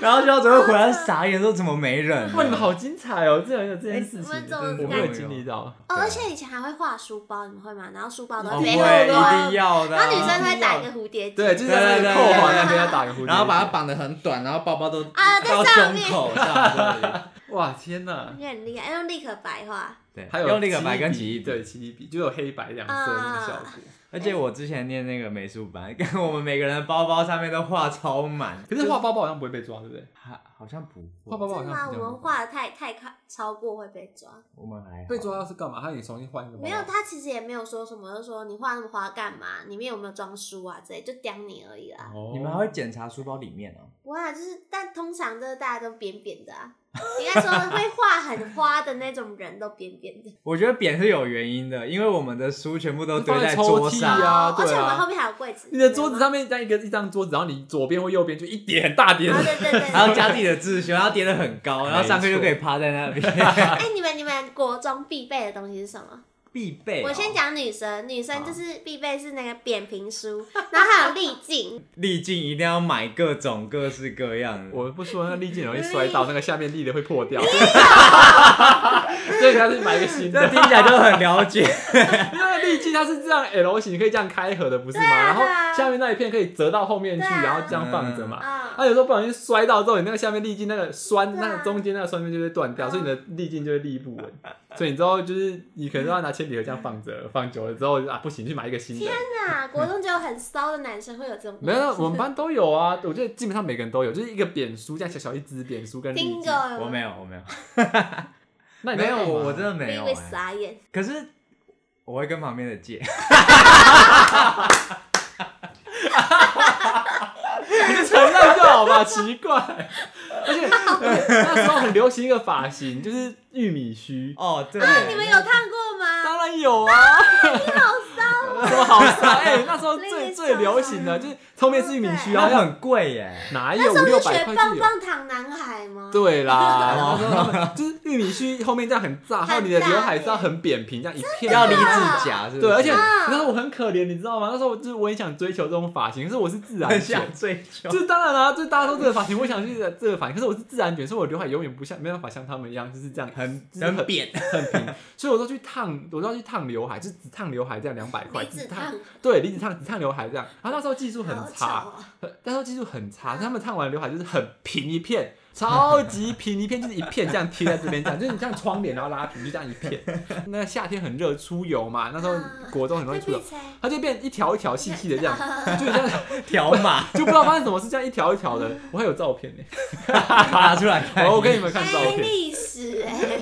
然后训导主任回啊来傻眼说怎么没人呢？哇，你们好精彩哦！竟然有这件事情，哎真的我们我怎么没有经历到。哦，对而且以前还会画书包，你们会吗？然后书包都会哦不会背一定后要的啊、然后女生会打一个蝴蝶结，对，就是在那个扣环那边要打个蝴蝶结，然后把它绑得很短，然后包包都啊在到上胸面口 上这里。哇，天哪！你很厉害，用立可白画，对，还有用那个白跟奇奇异笔异笔。对奇异笔，就有黑白两色那个效果。而且我之前念那个美术班，跟我们每个人的包包上面都画超满，可是画包包好像不会被抓，对不对？还好像不画包会，包好真的吗？像我比较们不会画的太太靠超过会被抓，我们还好被抓是干嘛？他也重新换一个包包。没有，他其实也没有说什么，就说你画那么花干嘛？里面有没有装书啊之类，就刁你而已啦。哦你们还会检查书包里面哦、不会啊，就是但通常就是大家都扁扁的啊，应该说会画很花的那种人都扁扁 的。我觉得扁是有原因的，因为我们的书全部都堆在放在抽桌屉上，啊哦而且对啊我们后面还有柜子，你的桌子上面在一个一张桌子，然后你左边或右边就一叠很大叠对吗，啊的。对对对对，然后加自己的自修，然后叠得很高，然后上课就可以趴在那边。 哎、你们你们国中必备的东西是什么？必备哦、我先讲女生，女生就是啊必备是那个扁平书， 然后还有丽 镜，历尽一定要买各种各式各样 的。我不说那立镜容易摔到，那个下面立的会破掉。所以他是买一个新这的。听起来就很了解， 因为立镜它是这样 L 型，可以这样开合的，不是吗？对啊然后对啊下面那一片可以折到后面去，对啊然后这样放着嘛。啊、它有时候不小心摔到之后，你那个下面粒径那个栓，对啊那个中间那个栓面就会断掉，嗯所以你的粒径就会立不稳。所以你之后就是你可能都要拿铅笔盒这样放着，放久了之后就啊不行，去买一个新的。那啊国中只有很骚的男生会有这种，没有，我们班都有啊，我觉得基本上每个人都有，就是一个扁书，这样小小一支扁书跟粒 听径。过 我没有，有，我没有，那你没在有，干嘛我我真的没有、因为哎傻眼，可是我会跟旁边的 借， 你就承认就好吧，奇怪。 而且那时候很流行一个发型，就是玉米须。啊哦，对，啊，你们有烫过吗？当然有啊，好骚哦说好杀， 哎，那时候最另一最种流啊行的就是葱面是玉米须，然它后要很贵耶，哪那有时五候六是百学块就棒有。棒糖男孩吗？对啦，然后说就是玉米须后面这样很炸，还有欸你的刘海是要很扁平，这样一片 要离指甲是不是？对，而且啊然后我很可怜，你知道吗？那时候我就是我很想追求这种发型，可是我是自然很卷，想追求就。是当然啦、就是大家都这个发型，我想去这个发型，可是我是自然卷，所以我刘海永远不像没办法像他们一样就是这样很就是很扁，很 平，所以我都去烫，我都要去烫刘海，就只烫刘海这样两百 块，离子只烫，对，离子烫只烫刘海这样。然后那时候技术很好丑差，啊！那时候技术很差，他们烫完刘海就是很平一片，超级平一片，就是一片这样贴在这边这样， 就是你像窗帘然后拉平，就这样一片。那夏天很热，出油嘛，那时候啊国中很容会易出油被，猜。它就变一条一条细细的 这样，就这样，条码 就不知道发生什么事，这样一条一条的。我还有照片呢、哦拿出来看。我 我给你们 看照哎，片，历 史哎，因为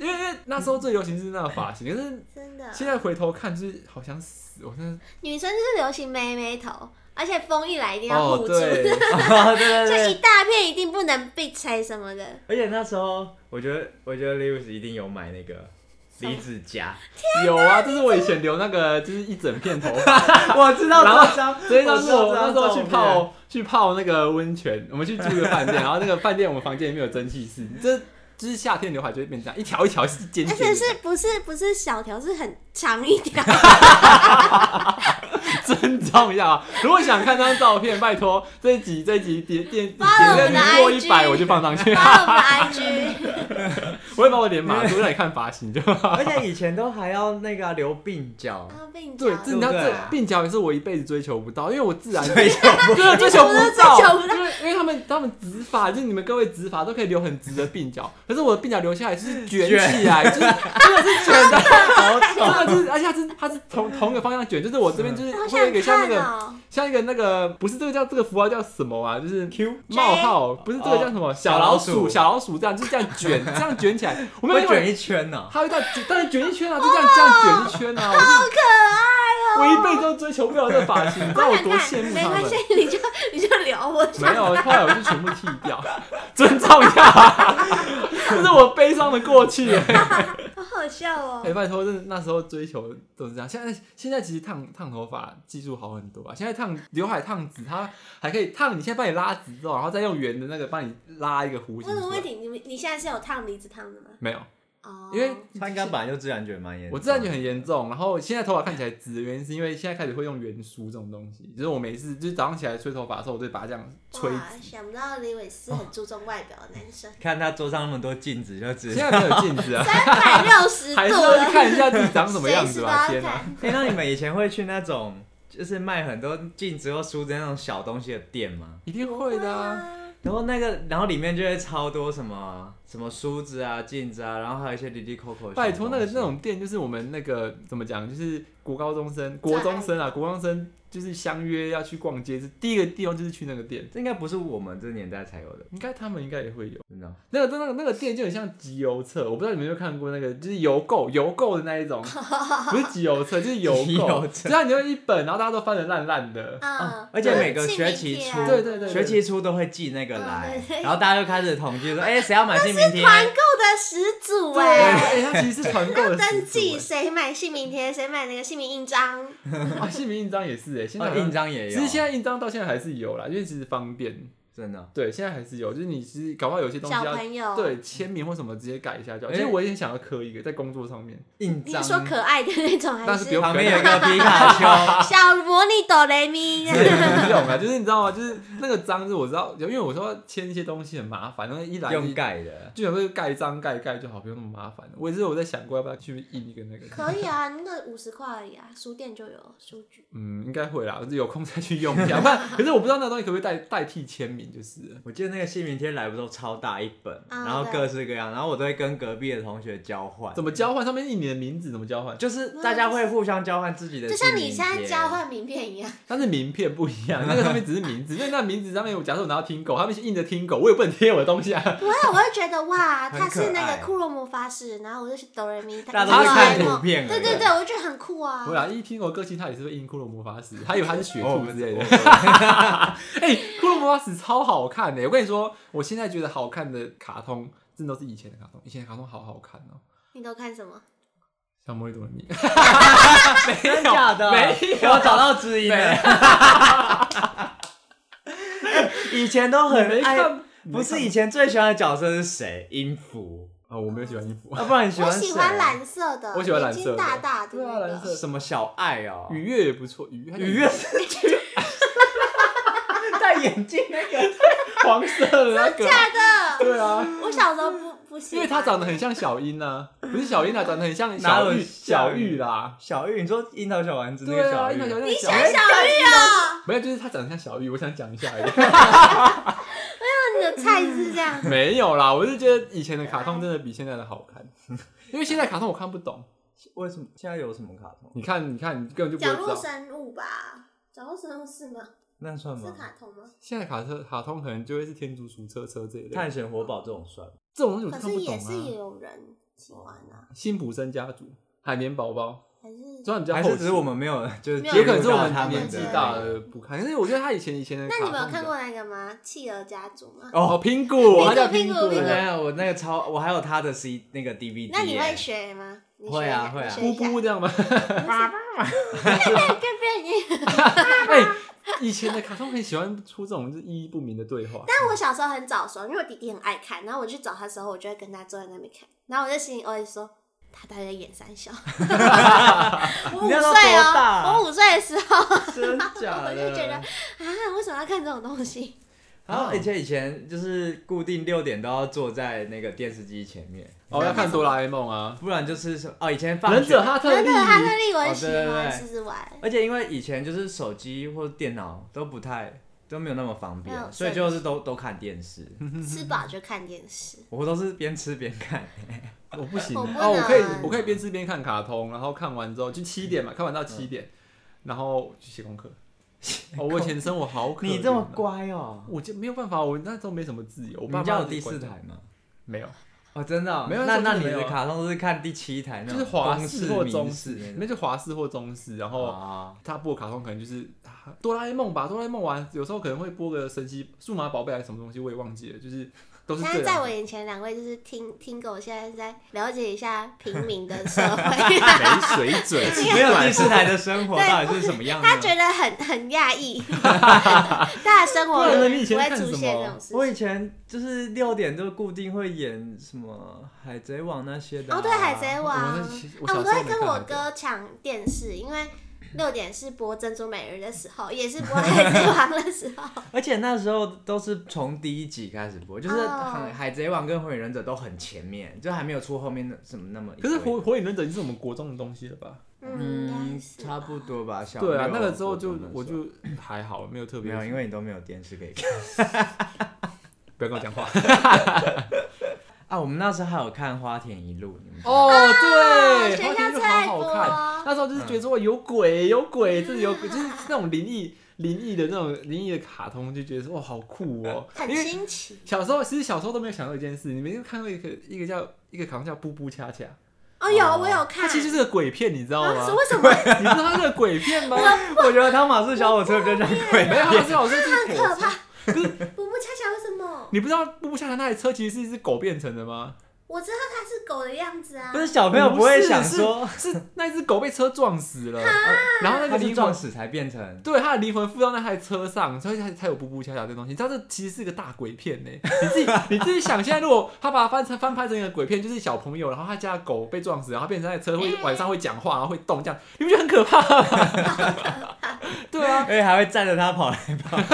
因为那时候最流行是那个发型，可是真的。现在回头看就是好想死，我真的女生就是流行妹妹头，而且风一来一定要哦护住，对，哦，对对 就对一。大片一定不能被拆什么的。而且那时候，我觉得，我觉得 Lewis 一定有买那个离子夹，有啊，这是我以前留那个就是一整片头 发， 我知道然后这张， 所以那时候我那时候去泡，泡去泡那个温泉，我们去住一个饭店，然后那个饭店我们房间里面有蒸汽室，这就是夏天刘海就会变这样一条一条是尖而尖且的，是不是不是小条，是很长一 条，真重要啊！如果想看张照片，拜托这一集这一集点点点发了我点们的击过一 IG 百我就放上去，发我们 IG。我会把我脸码住让你看发型就 好。而且以前都还要那个啊留鬓角，然后哦被你 对，讲这你知道对不这对鬓角也是我一辈子追求不到，因为我 自然所以就真的追求不到，追求不到因为因为他们他们直发，就是你们各位直发都可以留很直的鬓角，可是我的鬓角留下来就是卷 起来，就是真的是卷的，真的就是，而且它是它是同同一个方向卷，就是我这边就是嗯好会有想一个像那看个哦，像一个那个不是这个叫这个符号叫什么啊，就是 Q 冒号，不是这个叫什么哦小老鼠，小老小老鼠鼠这样就是这样卷， 这样卷起来，我没有会用过卷一圈哦呢。它会这样卷，但是卷一圈啊，就这样这样卷一圈啊，我就好可我一辈子都追求不了这个发型，你知道爱哦！我想多看羡，慕哦没他关们系。，你就你就聊我。没有，后来我就全部剃掉， 尊重一下， 这是我悲伤的过 去。哎、好好笑哦！拜托，真的那时候追求都是这样。现在现在其实烫烫头发技术好很多啊，现在烫刘海烫直，它还可以烫，你现在帮你拉直之后，然后再用圆的那个帮你拉一个弧为形什么出问来。题？你们你现在是有烫离子烫的吗？没有，哦，因为他应该本来就自然卷蛮严重，我自然卷很严重，然后现在头发看起来直的原因是因为现在开始会用圆梳这种东西，就是我每次就是早上起来吹头发的时候，我就把它这样吹哇，想不到李伟是很注重外表的男哦生，看他桌上那么多镜子，就哎只 现在没有镜 子啊，三百六十还是度要了去，看一下自己长什么样随时子都吧。要天哪！看。哎、那你们以前会去那种就是卖很多镜子或梳子那种小东西的店吗？一定会的啊！啊，然后那个，然后里面就会超多什么什么梳子啊、镜子啊，然后还有一些滴滴扣扣。啊拜托，那个那种店就是我们那个怎么讲，就是国高中生、国中生啊，国中生就是相约要去逛街，是第一个地方就是去那个店。这应该不是我们这年代才有的，应该他们应该也会有真的。哦那个那个那个店就很像集邮册，我不知道你们有没有看过那个，就是邮购邮购的那 一种，不是集邮册，就是邮集购，邮只册要你就一本，然后大家都翻得烂烂的，嗯而且每个学期寄明初天啊，哦对对对学期初都会寄那个来嗯对，对然后大家就开始统计说，哎，谁要买姓名贴？团购的始祖对，哎。哎，它其实是团购的始登祖记谁买姓名贴，谁买那个姓名印章，哎啊，姓名印章也是哎，现在哦好像印章也其有。实现在印章到现在还是有啦，因为其实方便。真的，哦对，现在还是有，就是你是搞不好有些东西小要朋友，对签名或什么直接改一下就好。哎其实我也想要刻一个在工作上 面，印你章。是说可爱的那种，还但是不用旁边有一个皮卡小魔女哆来 咪？这种啊，就是你知道吗？就是那个章，就是我知道，因为我说签一些东西很麻烦，然后一 丘，来用就盖的。就想说盖章盖一盖就好，不用那么麻烦。我也是我在想过要不要去印一个那个，可以啊，那个五十块而已啊，书店就有书局。嗯，应该会啦，我就有空再去用一下。不然，可是我不知道那东西可不可以代代替签名，就是了我记得那个姓名贴来不都超大一本，啊然后对各式各样，然后我都会跟隔壁的同学交换。怎么交换？上面印你的名字怎么交换？就是大家会互相交换自己的，嗯就像你现在交，换名片一样，但是名片不一样，那个上面只是名字，因为那名字上面，我假设我拿到听狗，他们是印着听狗，我也不能贴我的东西啊。不会，我会觉得哇，很他是可那爱个库洛魔法使，然后我就是哆来咪，大家他都是哆啦是看 A 图梦，片而对已。对对，我就觉得很酷啊我。俩一听狗个性，他也是会印骷髅魔法使，他以为他是雪哦兔之类的。 哎、骷髅魔法使超好看的、欸我跟你说，我现在觉得好看的卡通，真的都是以前的卡通，以前的卡通好好看哦、你都看什么？小魔女多米，真假的？没有我找到知音了没。 以前都你很哎没爱，看，不是以前最喜欢的角色是谁？音符。啊，我没有喜欢衣 服，要不然你喜我欢谁？喜欢蓝色的，我喜欢蓝色的眼睛大大的对啊那个蓝色什么小爱哦，愉悦也不错，愉悦愉悦 戴眼镜那个，黄色的那个，假的，对啊，我小时候不不喜欢，因为她长得很像小樱啊，不是小樱啊，长得很像哪小有玉，像小玉啦，小玉，你说樱桃小丸子那对个啊，小樱玉桃，小你玉，想小玉小玉哦，没有，就是她长得像小玉，我想讲一下而已。。那你的菜是这样嗯 没有啦，我是觉得以前的卡通真的比现在的好看， 因为现在卡通我看不懂。为什么现在有什么卡通？你看，你看，你根本就不角会知落道。生物吧？角落生物是吗？那算是吗？卡通吗？现在卡车卡通可能就会是天竺鼠车车这一类的，探险活宝这种算吗？这种东西我可就看是不也是也懂有啊。人喜欢啊，辛普森家族、海绵宝宝，还虽是？然比较还后哦期啊是只是我们没有，就是没 有可介能入是我到们他们年的纪大了不看，但是我觉得他以前以前的卡那通你比较。们有看过那个吗？企鹅家族吗？哦，苹果，他叫苹苹果果苹果对啊，我那个超，我还有他的 C 那个 DVD，那你耶会学吗？你学会啊一下会咕你学一 咕这样吗？ 下。变变你。哎，以前的卡通很喜欢出这种就是意义不明的对话。但我小时候很早熟，因为我弟弟很爱看，然后我去找他的时候，我就会跟他坐在那边看，然后我就心里偶尔说。他大概演三 小，我五你那时候岁多大哦，我五岁的时候 啊， 真假 我就觉得的。为什么要看这种东西？然后而且以前就是固定六点都要坐在那个电视机前面，哦，要看哆啦 A 梦啊，不然就是什么哦，以前放忍学者哈特真利的，，哈特利我哦很喜对对欢对试试玩，而且因为以前就是手机或者电脑都不太都没有那么方没有便，所以就是都都看电视。吃饱就看电视。我都是边吃边 看，我不行我不哦，我可以能啊我可以边吃边看卡通，然后看完之后就七点嘛，看完到七点，然后去写功 课。哦，我以前生活好可怜啊你这么，乖哦、我就没有办法，我那时候没什么自由。我我爸们妈家就有第管四着台吗？没有，哦，真的哦、没有那那时候那你真的没的有卡通是看第七台那就种，是华公视视或民中视视，那那就华视或中视，然种。后啊，他播的卡通可能就是啊哆啦 A 梦吧，哆啦 A 梦完有时候可能会播个神奇数码宝贝还是什么东西，我也忘记了，就是都是现这在在样 我。眼前两位就是听听狗，现在是在了解一下 平民的社会，没水准， 没有第四台的生活对到底是什么样呢？他觉得很很讶 异，大家生活不不然你以前会看出什现么这种事我情。以前就是六点就固定会演什么《海贼王》那些的、啊。哦，对，海贼王，我啊那其实，我我小都时候会没跟看我海贼哥抢电视，因为六点是播《珍珠美人》的时候，也是播《海贼王》的时 候。而且那时候都是从第一集开始播，就是哦很《海贼王》跟《火影忍者》都很前面，就还没有出后面的什么那么一可堆。是火火影忍者已经是我们国中的东西了吧？嗯，应嗯该，是差不多吧。小对啊，六那个时候国就中的时候我就还好，没有特没别。有，因为你都没有电视可以看不要跟我 讲话。啊。我们那时候还有看《花田一路》，你们哦，对，学校花田就最爱好好播看。那时候就是觉得说有鬼，有鬼，这有鬼就是那种灵异、灵异的那种灵异的卡通，就觉得说哇，好酷哦。很因为新奇小时候，其实小时候都没有想到一件事，你们有看过一个一个叫一个卡通叫《布布恰恰》，哦，有我有看，它其实哦就是个鬼片，你知道啊吗是？为什么？你知道它是个鬼 片吗？我觉得汤马士小火车比较像鬼没有，它是我说这是可怕火车。布布恰恰为什么？你不知道布布恰恰那台车其实是一只狗变成的 吗？我知道它是狗的样子啊，不是小朋友不会想说，是那只狗被车撞死了，然后那他个是灵撞魂死才变成。对，他的灵魂附到那台车上，所以才才有步步恰恰这东西。你知道这其实是个大鬼片呢、你自己你自己想，现在如果他把它翻成翻拍成一个鬼片，就是小朋友，然后他家的狗被撞死，然后变成那台车会晚上会讲话，然后会动，这样你不觉得很可怕吗？ 对啊，而且还会站着他跑来跑去，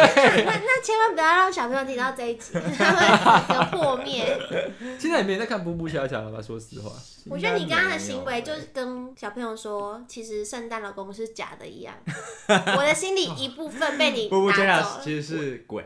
那那千万不要让小朋友听到这一 集，他会整个破灭。 现在也没人在看步步恰恰了吧？说实话，我觉得你刚刚的行为应该就没有是跟小朋友说，其实圣诞老公公是假的 一样。我的心里一部分被你欸布布恰拿走恰了，其实是鬼，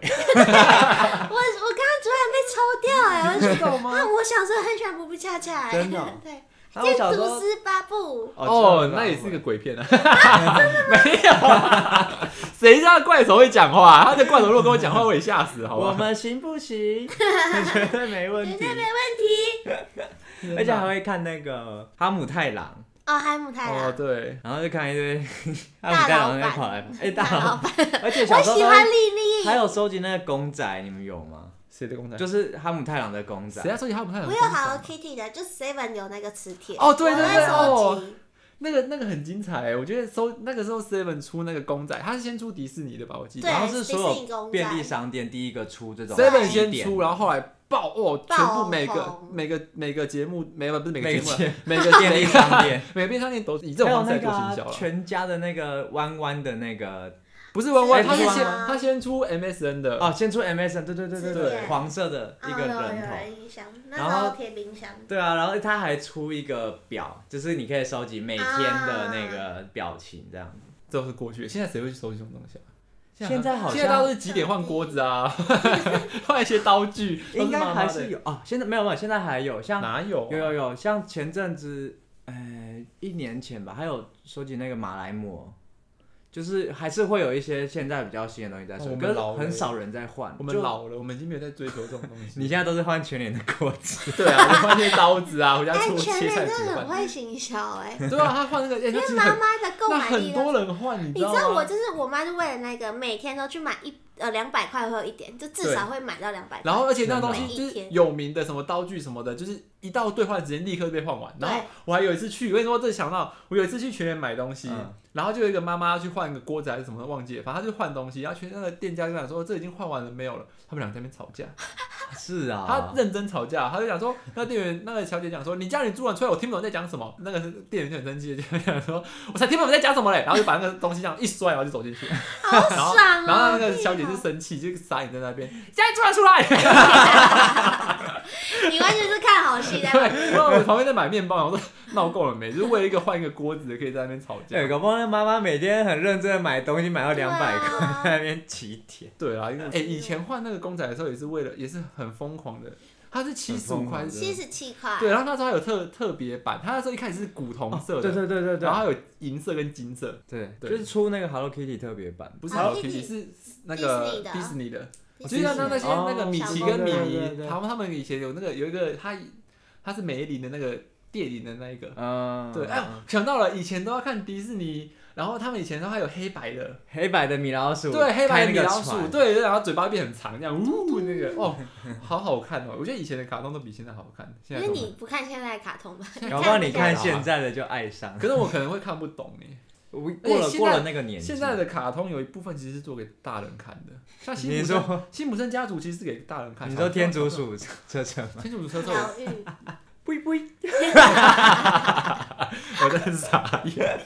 我我刚刚突然被抽掉哎、我就觉知道得啊，我小时候很喜欢布布恰恰、欸，真的哦 对，然后我建小时筑候师八部，哦，那也是个鬼片啊， 没有啊，谁知道怪手会讲话、他的怪手如果跟我讲哦话，我也吓死，好我吧？们行不行？绝对没问绝题 对，没问题。而且还会看那个哈姆太郎，哦，海姆太郎，哦，对，然后就看一堆 哈姆太郎在跑来跑，哎，大大老老板，板，而且小我时候喜欢丽丽，还有收集那个公仔，你们有吗？谁的公仔？就是啊哈姆太郎的公仔谁。要收集哈姆太郎我的有公仔 Hello 吗？ Kitty 的，就 Seven 有那个磁铁。哦对我对哦在对收集那个那个很精彩欸，我觉得收那个时候 Seven 出那个公仔，它是先出迪士尼的吧？我记得对然后是所迪士尼公有仔便利商店第一个出这种对 Seven 对先基点出，然后后来爆哦，爆全部每个红每个每个节目没有不是每个每节个目啊节目，每个便利 商店每个便利商店都以这还种有方式来那做个行啊销了。全家的那个弯弯的那个不是弯弯，哎他是不是先弯弯他先出 MSN 的哦，先出 MSN，对对对对是对，耶黄色的一哦个有有人头。有冰箱，那然时候后贴冰箱。对啊，然后他还出一个表，就是你可以收集每天的那个表情这样子。都是过去，现在谁会去收集这种东西啊？现在好像现在大家都是几点换锅子啊， 换一些刀具，应该还都是妈有哦，现在没有没有，现在还有妈的像哪有啊有有有，像前阵子，呃，一年前吧，还有收集那个马来貘，就是还是会有一些现在比较新的东西在哦我收，们可是老了很少人在换。我们就，老了，我们已经没有在追求这种东西。你现在都是换全脸的锅子，对啊，我们换一些刀子啊，回家哎，做全切人菜真煮的很饭。会行销哎，对啊，他换那个，哎，因 那为其实妈很妈的购那买力很都多人换，你你知知道道我吗？就是我妈就为了那个每天都去买一呃两百块会有一点，就至少会买到两百。然后，而且那东西每一就是天有名的什么刀具什么的，就是一到兑换时间立刻就被换完。对然后我还有一次去，我跟你说，这想到我有一次去全联买东西，嗯然后就有一个妈妈去换个锅子还是什么的，忘记了，反正她就换东西，然后去那个店家就讲说这已经换完了没有了，他们俩在那边吵架， 是她啊，认真吵架，她就讲说那店员那个小姐讲说你家里主管出来我听不懂你在讲什么，那个店员就很生气，就讲说我才听不懂你在讲什么嘞，然后就把那个东西这样一摔，然后就走进去，好 然后爽然哦！后那个小姐就生气，就傻眼在那边，家里主管出来。你完全是看好戏在 对，然后我旁边在买面包，我说闹够了没？就是为了一个换一个锅子，可以在那边吵架对，。搞不好那妈妈每天很认真的买东西，买到对两啊百块，在那边起点。对啊，因为哎，以前换那个公仔的时候也是为了，也是很疯狂的，它是七十五很疯块狂，七十七块，对，然后那时候还有特特别版，它那时候一开始是古铜色对的，对对对对然，后还有银色跟金色，对，对就是出那个 Hello Kitty 特别版，不是啊 Hello Kitty Kitty 是那个迪迪士士尼的，迪士就是尼那那那些哦那个米奇小跟公米仔对对妮，对他们他们以前有那个有一个他他是梅林的那个电影的那一个，嗯，对，哎呦，想到了以前都要看迪士尼，然后他们以前都还有黑白的。黑白的米老鼠，对，黑白开米那个老鼠，船，对，然后嘴巴变很长，这样呜，那个 哦，好好看哦！我觉得以前的卡通都比现在好看，现因在为都你不看现在的卡通吧？搞不好你比较看现在的就爱上。可是我可能会看不懂哎。我过了现在过了那个年纪，现在的卡通有一部分其实是做给大人看的，像辛普你森说辛普森家族其实是给大人看。你小朋说友天竺鼠车车吗？天竺鼠车手，疗愈， 不不，我真的傻眼。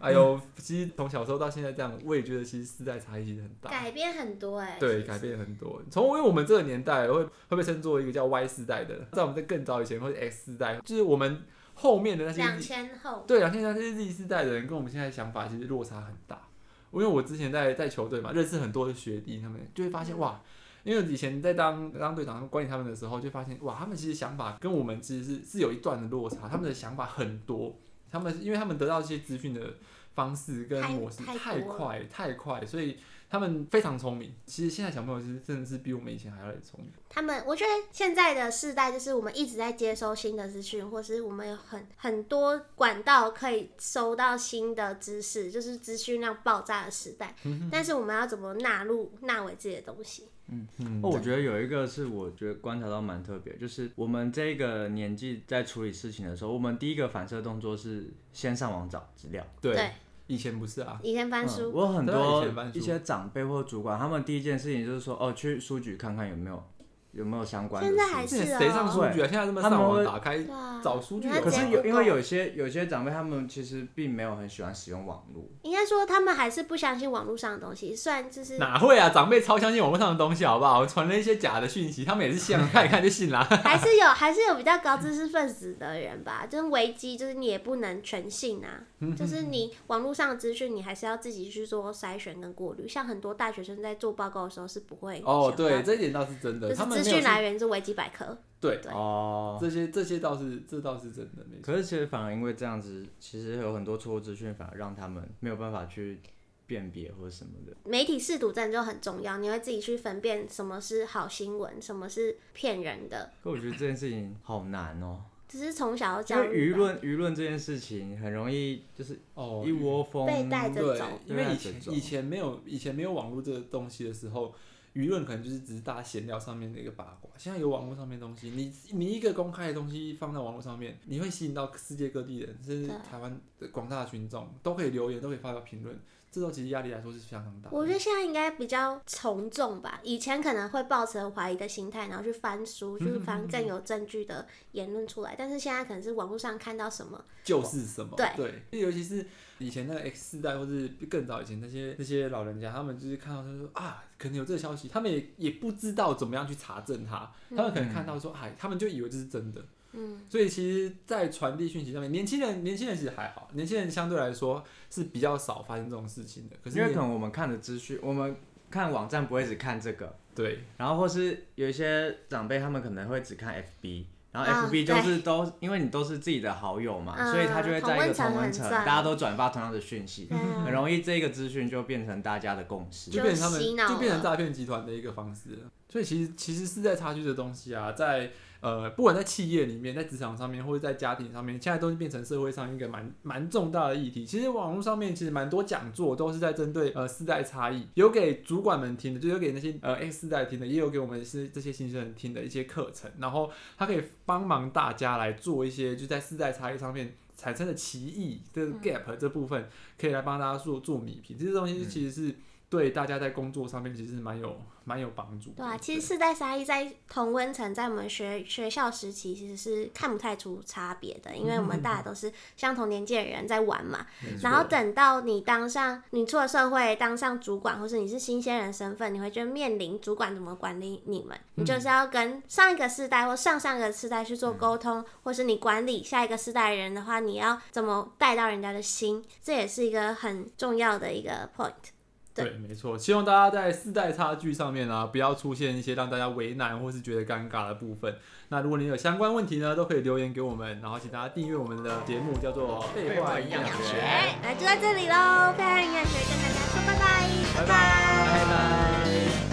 哎呦，其实从小时候到现在这样，我也觉得其实世代差异其实很大。改变很多哎。对，改变很多。从因为我们这个年代会会被称作一个叫 Y 世代的，在我们在更早以前或者 X 世代，就是我们后面的那些两 Z, 千后，对两啊千那些 Z 世代的人，跟我们现在想法其实落差很大。因为我之前在在球队嘛，认识很多的学弟，他们就会发嗯现哇，因为以前在当当队长管理他们的时候，就发现哇，他们其实想法跟我们其实是是有一段的落差，他们的想法很多，他们因为他们得到一些资讯的方式跟太模式太太多了快太快，所以他们非常聪明。其实现在小朋友其实真的是比我们以前还要来聪明。他们，我觉得现在的世代就是我们一直在接收新的资讯，或是我们有很很多管道可以收到新的知识，就是资讯量爆炸的时代。嗯但是我们要怎么纳入纳为自己的东西？ 哦，我觉得有一个是我觉得观察到蛮特别，就是我们这个年纪在处理事情的时候，我们第一个反射动作是先上网找资料。对，对以前不是啊，以前翻书嗯，我很对啊以多前搬书一些长辈或主管，他们第一件事情就是说，哦，去书局看看有没有有没有相关的现书。在还之前是哦谁上书局啊？现在这么他上们网会打开对啊嗯找书据你要有可直接是吗有，因 Google 为有些有些长辈他们其实并没有很喜欢使用网络，应该说他们还是不相信网络上的东西，虽然就是哪会啊？长辈超相信网络上的东西，好不好？传了一些假的讯息，他们也是信啊，看一看就信啦。还是有 还是有比较高知识分子的人吧，就是危机，就是你也不能全信啊，嗯就是你网络上的资讯，你还是要自己去做筛选跟过滤。像很多大学生在做报告的时候是不会哦，想到对，这一点倒是真的，就他是们资没有讯去来源是维基百科，对对哦，这些这些倒是这倒是真的，没错。可是其实反而因为这样子，其实有很多错误资讯，反而让他们没有办法去辨别或什么的。媒体试读真的就很重要，你会自己去分辨什么是好新闻，什么是骗人的，可我觉得这件事情好难 哦，只是从小要因教为育舆吧论舆论这件事情很容易就是哦，一窝蜂被带着对走，因为以对啊前这种以前没有以前没有网络这个东西的时候，舆论可能就是只是大家闲聊上面的一个八卦。现在有网络上面的东西，你你一个公开的东西放在网络上面，你会吸引到世界各地人，甚至对台湾的广大的群众都可以留言，都可以发表评论，这时候其实压力来说是非常大的。我觉得现在应该比较从众吧，以前可能会抱持怀疑的心态，然后去翻书，就是翻更有证据的言论出来。但是现在可能是网络上看到什么，就是什么对对，尤其是以前那个 X 世代，或是更早以前那些那些老人家，他们就是看到就说啊，可能有这个消息，他们也也不知道怎么样去查证它，他们可能看到说哎、他们就以为这是真的。嗯，所以其实，在传递讯息上面，年轻人年轻人其实还好，年轻人相对来说是比较少发生这种事情的。可是因为年可能我们看的资讯，我们看网站不会只看这个，对然后或是有一些长辈他们可能会只看 FB。然啊后 FB 就是都、因为你都是自己的好友嘛，嗯所以他就会在一同温个层同温很层，赞大家都转发同样的讯息，对啊很容易这个资讯就变成大家的共识。就变成他就洗们脑了就变成诈骗集团的一个方式了。所以其实其实是在差距的东西啊，在呃不管在企业里面、在职场上面，或者在家庭上面，现在都是变成社会上一个蛮蛮重大的议题。其实网络上面其实蛮多讲座都是在针对呃世代差异，有给主管们听的，就有给那些呃 X 世代听的，也有给我们是这些新生人听的一些课程，然后它可以帮忙大家来做一些就在世代差异上面。产生的歧义，这嗯个 gap 这部分可以来帮大家做做米平，这些东西其实是对大家在工作上面其实是蛮有蛮有帮助的。对啊，其实世代差异在同温层，在我们学学校时期其实是看不太出差别的，因为我们大家都是相同年纪的人在玩嘛。没错然后等到你当上，你出了社会，当上主管，或是你是新鲜人身份，你会就面临主管怎么管理你们，你就是要跟上一个世代或上上个世代去做沟通，或是你管理下一个世代的人的话，你要怎么带到人家的心，这也是一个很重要的一个 point。对对，没错。希望大家在世代差距上面啊，不要出现一些让大家为难或是觉得尴尬的部分。那如果你有相关问题呢，都可以留言给我们，然后请大家订阅我们的节目，叫做《废话营养学》。哎那就到这里喽，非常营养学跟大家说拜拜，拜拜拜。